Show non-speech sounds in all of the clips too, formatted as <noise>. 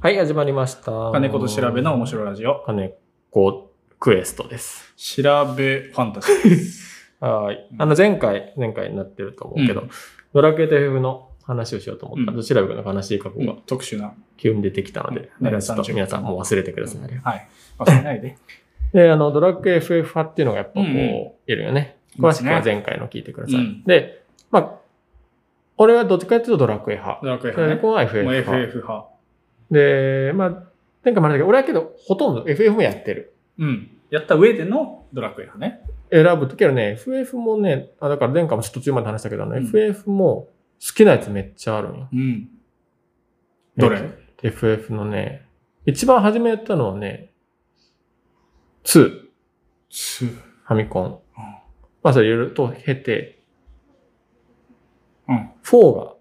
はい、始まりました。金子と調べの。面白いラジオ。金子クエストです。調べファンタジーです。はい。あの、前回、前回になってると思うけど、うんドラクエと FF の話をしようと思った。うんどちらかの悲しい過去うがん特殊な。急に出てきたので、うんあれはちょっと30皆さんもう忘れてください。はい。忘れないで。で、あの、ドラクエ FF 派っていうのがやっぱこう、うんうんいるよね。い詳ましすくねは前回の聞いてください。うんで、まあ、俺はどっちかっていうとドラクエ派。ドラクエ金派子はね。 FF もう派。 FF 派。で、まあ、前回もあれだけど、俺はけど、ほとんど FF もやってる。うん。やった上でのドラクエ派ね。選ぶときはね、FF もね、あ、だから前回もちょっと途中まで話したけど、あのうん FF も好きなやつめっちゃあるんよ。うん。どれね ?FF のね、一番初めやったのはね、2、フすァミコン。まあそれいろいろと経て、うん。 4が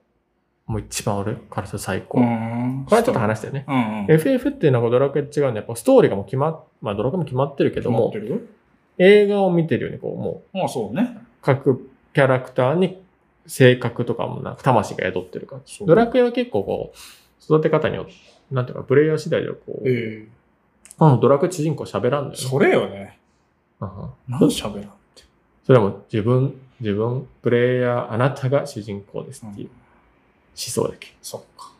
もう一番俺からすると最高。うこん。れはちょっと話したよね。うんうん。 FF っていうのはドラクエと違うんで、やっぱストーリーがもう決まっ、まあドラクエも決まってるけど持っもて、る映画を見てるようにこう、もうまあそうね。各キャラクターに性格とかもなんか魂が宿ってるから。そうドラクエは結構こう、育て方によって、なんていうか、プレイヤー次第ではこう、ええ。あのドラクエ主人公喋らんのよね。それよね。うん何喋らんって。それはもう自分、自分、プレイヤー、あなたが主人公ですっていう思想だけ。そっか。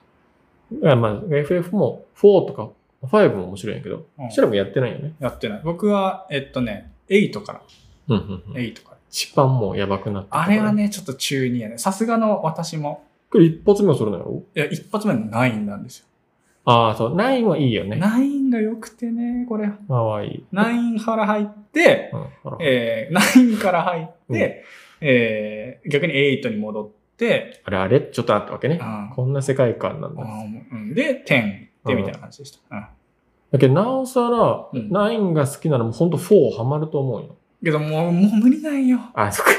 だからまあ、FF も4とか5も面白いんやけど、うんシラもやってないよね。やってない。僕は、えっとね、8から。うんうんうん。 8から。一番もうやばくなってたあれは。ね、ちょっと中二やね。さすがの私も。これ一発目はそれなのいや、一発目の9なんですよ。ああ、そう。9はいいよね。ナインが良くてね、これ。かわいい。ナインから入って、うん、ほら。えー、ナインから入って、えー、逆にエイトに戻って、あれあれちょっとあったわけね。あーこんな世界観なんあだ。ーうん、で、テン行ってみたいな感じでした。うんだけど、なおさら、うん9が好きならもうほんと4ハマると思うよ。けどもう、もう無理なんよ。あ、そっか。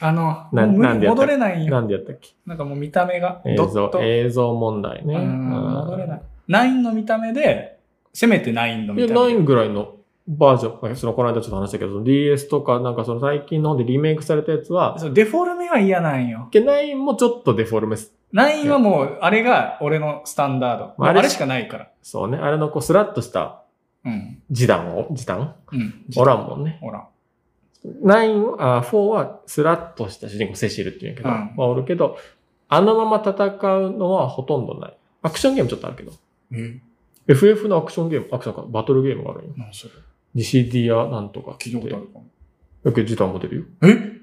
あの、なもう無な理んでやった戻れないよ。なんでやったっけなんかもう見た目が、映ドッ像と、。映像問題ね。うん戻れいない。ナインの見た目で、せめてナインの見や、た目で。 9ぐらいのバージョン、そのこの間ちょっと話したけど、その DS とかなんかその最近の方でリメイクされたやつは、そうデフォルメは嫌なんよ。け9もちょっとデフォルメす、ナインはもう、あれが俺のスタンダード。もうああれれしかないから。そうね、あれのこうスラッとしたうん。時短を、時短うん。おらんもんね。ほら。 9あ、4はスラッとした主人公セシルっていうんやけど、うんまあおるけど、あのまま戦うのはほとんどない。アクションゲームちょっとあるけど。え FF のアクションゲーム、アクションか、バトルゲームがあるよ。何それディシディアなんとかって。聞いたことあるかも。だけど時短も出るよ。え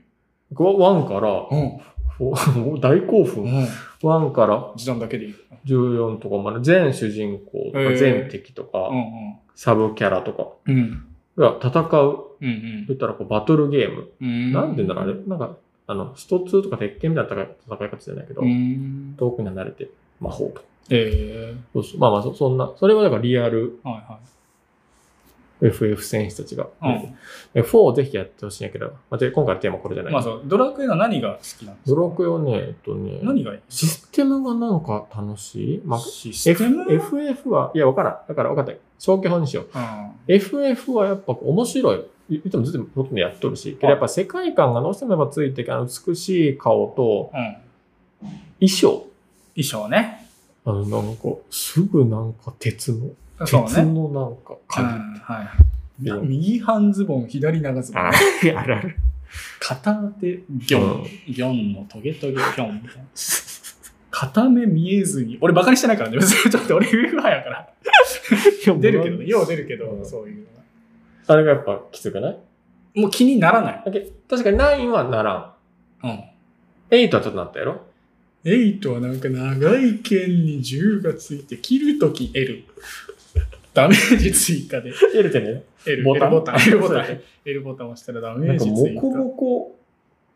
ワンから、うん。フォーもう <laughs> 大興奮。うん。ワンから時短だけでいい。 14とかまで、全主人公とへか、ー全敵とうか、んサブキャラとかうん。うん。が戦う。うん言ったらこうバトルゲーム。うん。なんて言うんだろう、あれ。なんか、あの、スト2とか鉄拳みたいな戦い方じゃないけどう、ん。遠くには慣れて魔法と。ええ。そうそうまあまあそ、そんな、それはだからリアルはいは FF 選手たちが。い。え4をぜひやってほしいんやけど、まあ、で今回のテーマこれじゃう。なんい。まあそう、ドラクエの何が好きなのブロックをね、えっとね、何がいいシステムがなんか楽しい、まあ、シス F テム ?FF は、いや、わからん。だから分かった。消去法にしよう。うん。 FF はやっぱ面白い。いいつもずっと僕もやっとるし、けどやっぱ世界観がどうしてもやっぱついてきてあの美しい顔とうん。衣装。衣装ね。あの、なんか、すぐなんか鉄の、そう鉄ね。のなんかうん鍵。はい。でも右半ズボン、左長ズボンあ。 <laughs> あるある。片手、ギョうんン。ギョンのトゲトゲギョンみたいな。片目見えずに。俺バカにしてないからね。別 <laughs> にちょっと俺上派やから。出るけどね。よう出るけうど、んそういうのが。あれがやっぱきつくないもう気にならない。だけ確かに9はならうん。ん。8はちょっとなったやろエイトはなんか長い剣に銃がついて、切るとき L。ダメージ追加で。入れてね。 L ボタン L ボタン、L <laughs> ボタそうだン、L ボタン押したらダメなんーか、ジモ追加。コモコ、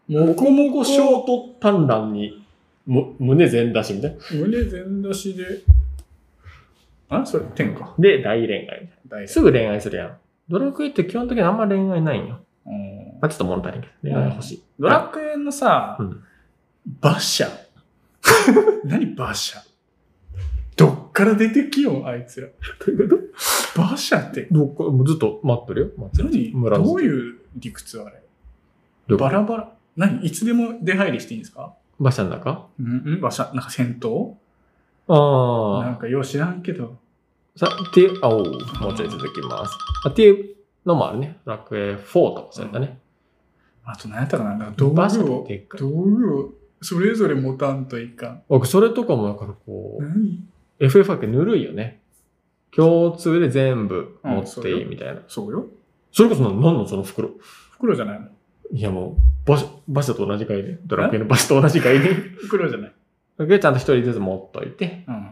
もこもこショート短乱に、む胸全出しみたいな。胸全出しで。あそれ、天か。で、大恋愛。大すぐ恋愛するやん。ドラクエって基本的にあんま恋愛ないんよ。うんまあ、ちょっと物足りんけど。恋愛欲しい。ドラクエのさうん、馬車。 <laughs> 何馬車どっから出てきよ、あいつら。どういうこ馬車って。とどっかもうずっと待っとるよ。待ってる。何村のどういう理屈あれどこバラバラ。何いつでも出入りしていいんですか馬車の中うん、馬車、なんか戦闘あなんかよう知らんけど、さっていう、あ、おう、もうちょい続きます。あっていうのもあるね。楽園4とかそうやったね。あと何やったかななんか道バス具のをでっか、い道具をそれぞれ持たんといかん。僕、それとかもだからこ何う、FF ってぬるいよね。共通で全部持うんっそてういいよみたいな。そうよ。それこそな、なんのその袋。袋じゃないのいやもう、馬車、馬車と同じ概念。ドラクエの馬車と同じ概念。袋じゃない。だけどちゃんと一人ずつ持っといて、うん。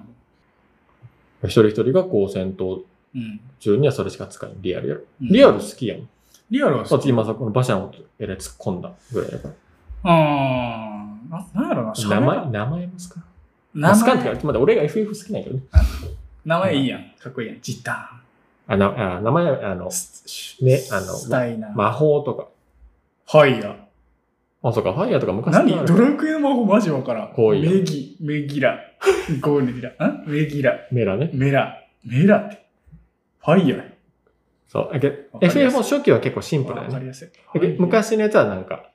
一人一人がこう戦闘うん。中にはそれしか使えない。リアルやろ。うんリアル好きやん。リアルはそそっち今さ、この馬車のやら突っ込んだぐらいやから。う。あーななんやろな、喋名らん前、名前ますか名マスカンって前か、まだ俺が FF 好きなんやけどね。名前いいやん。かっこいいやん。ジタあ、なあ名前、あのーン。、スねあのスタイナー。魔法とか。ファイヤー。あ、そうか、ファイヤーとか昔からある何ドラクエの魔法マジわからん。こういうのメギ、メギラ、ゴールディラ、んメギラ、メラね。メラ、メラって。ファイヤー。そう。だけどわかりやすい FF も初期は結構シンプルだわよかね。りやすい。だけど昔のやつはなんか、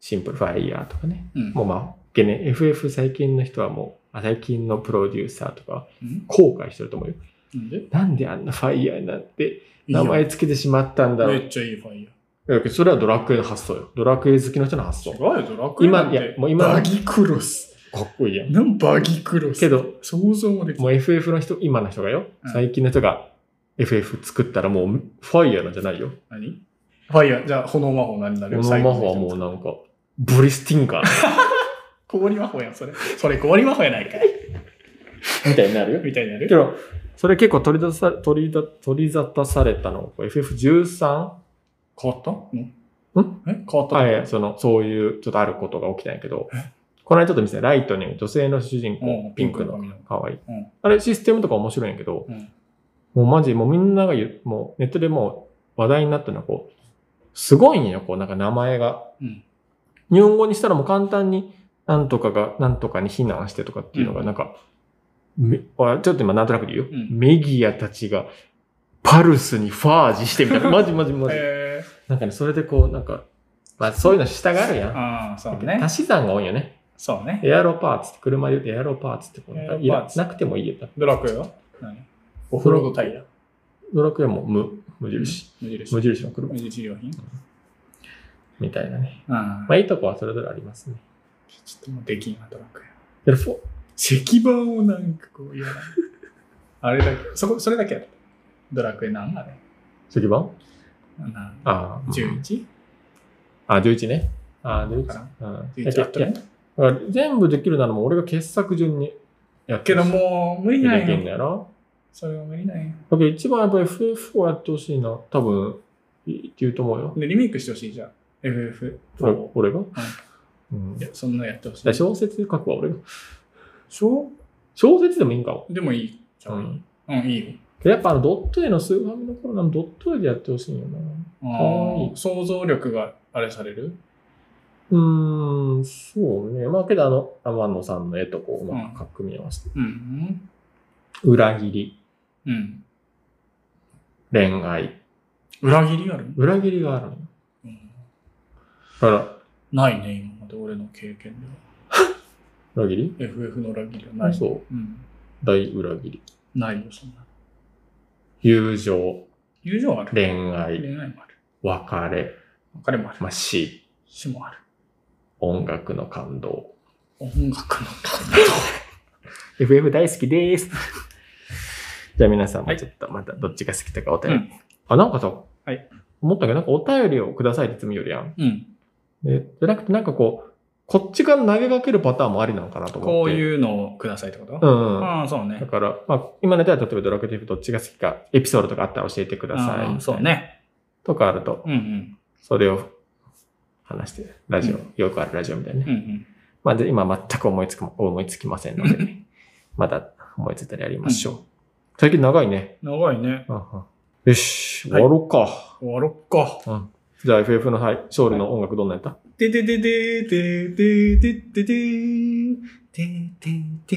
シンプル、ファイヤーとかね。うん、もうまあ、けね、FF 最近の人はもう、あ最近のプロデューサーとか、うん後悔してると思うよ。なんでなんであんなファイヤーになって、いいや名ん前つけてしまったんだろめう。っちゃいいファイヤだけどそれはドラクエの発想よ。ドラクエ好きの人の発想。ー。か違うよ、ドラクエなんて。今いやもう今バギクロス。っこいいやん。なんバギクロス。けど、想像もできもなうい。 FF の人、今の人がよ、うん最近の人が FF 作ったらもうファイヤーなんじゃないよ。何ファイヤー、じゃあ炎魔法何になこるの魔法はもうなんか、ブリスティンガーう。氷魔法やん、それ。それ氷魔法やないかい。みたいになるよ。みたいになける。ど、それ結構取り出さ、取りだ、取り沙汰されたの。FF13? 変わったんんえ変わったはい、その、そういう、ちょっとあることが起きたんやけど、この間ちょっと見せたライトニング、女性の主人う公ん、ピンクの、髪の。可愛いうんあれ、システムとか面白いんやけど、うんもうマジ、もうみんなが言う、もうネットでもう話題になったのは、こう、すごいんよ、こう、なんか名前が。うん日本語にしたらもう簡単に、なんとかが、なんとかに避難してとかっていうのが、うんなんか、めあちょっと今なんとなくで言うよ、うんメギアたちが、パルスにファージしてみたい <laughs> な。マジマジマジ。えー、なんかね、それでこう、なんか、まあそういうの下があるやん。ああ、そうね。足し算が多いよね。そうね。エアロパーツって、車で言うとエアロパーツってこう、なんかいエアロらパーツなくてもいいよ。ドラクエは何オフロードタイヤ。ドラクエも無、無印。無印。無印の車無。印良品。みたいなね。ああまあいいとこはそれぞれありますね。ちょっともうできんな、ドラクエ。で、フォ石板をなんかこう、いや、 <laughs> あれだけ、そこ、それだけやったドラクエなんあれ石版なんああ。うん ?11? あ、11ね。あ、11かな。うん。だけ11あったどいやね。だから全部できるならもう俺が傑作順にやってけるどもう無理なできるんんよ。だよな。それは無理なんよ。だけど一番やっぱ FF をやってほしいな。多分、いいって言うと思うよ。で、リメイクしてほしいじゃん。FF。俺俺が。うんいや、そんなやってほしだからい。小説書くわ、俺が。小小説でもいいんかも。でもいい。じゃあうん。うん、いいよ。でやっぱあのドット絵のスーファミの頃なのドット絵でやってほしいんよな。あいいあ想像力があれされるうーん、そうね。まあけどあの、天野さんの絵とこう、まあ、組み合わせて。うん。裏切り、うん。恋愛。裏切りある裏切りがあるのよ。うんだから、ないね、今まで俺の経験では。裏切り FF の裏切りはない。そう。うん。大裏切り。ないよ、そんな。友情、友情はある。恋愛、恋愛もある。別れ、別れもある。まあ、死、死もある。音楽の感動。音楽の FF 大好きです。 <laughs> じゃあ皆さんもちょっとまたどっちが好きとかお便り。うんあ、なんかさ、はい思ったけど、なんかお便りをくださいっていつも言うやん。うん。でじゃなくてなんかこう、こっちから投げかけるパターンもありなのかなと思って。こうう。いうのをくださいってことうん、うん。ああ、そうだね。から、まあ、今のでは例えばドラクエティブどっちが好きか、エピソードとかあったら教えてくださああい。そう。ね。とかあると、うんうん。それを話して、ラジオ、うよくあるラジオみたいなね。うんうん。まあ、で今全く思いつくも、思いつきませんので、まだ思いついたらやりましょう。最近長いね。長いね。うんうんよし、終はいわろうか。終わろっか。じゃあ FF の、はい、勝利の音楽どんなんやったててててててててててててて